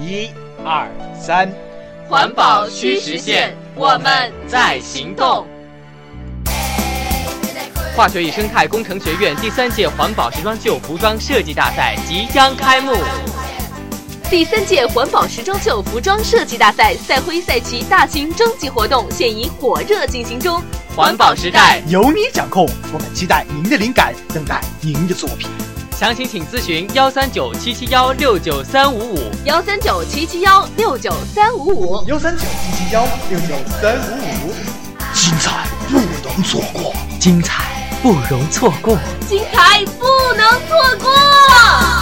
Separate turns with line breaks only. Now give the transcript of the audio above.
一、二、三，
环保需实现，我们在行动。
化学与生态工程学院第三届环保时装秀服装设计大赛即将开幕。
第三届环保时装秀服装设计大赛赛徽赛旗大型征集活动现已火热进行中，
环保时代，
由你掌控，我们期待您的灵感，等待您的作品。
详情请咨询幺三九七七幺六九三五五。
幺三九七七幺六九三五五，
幺三九七七幺六九三五五，精彩不容错过。
精彩不容错过。
精彩不能错过。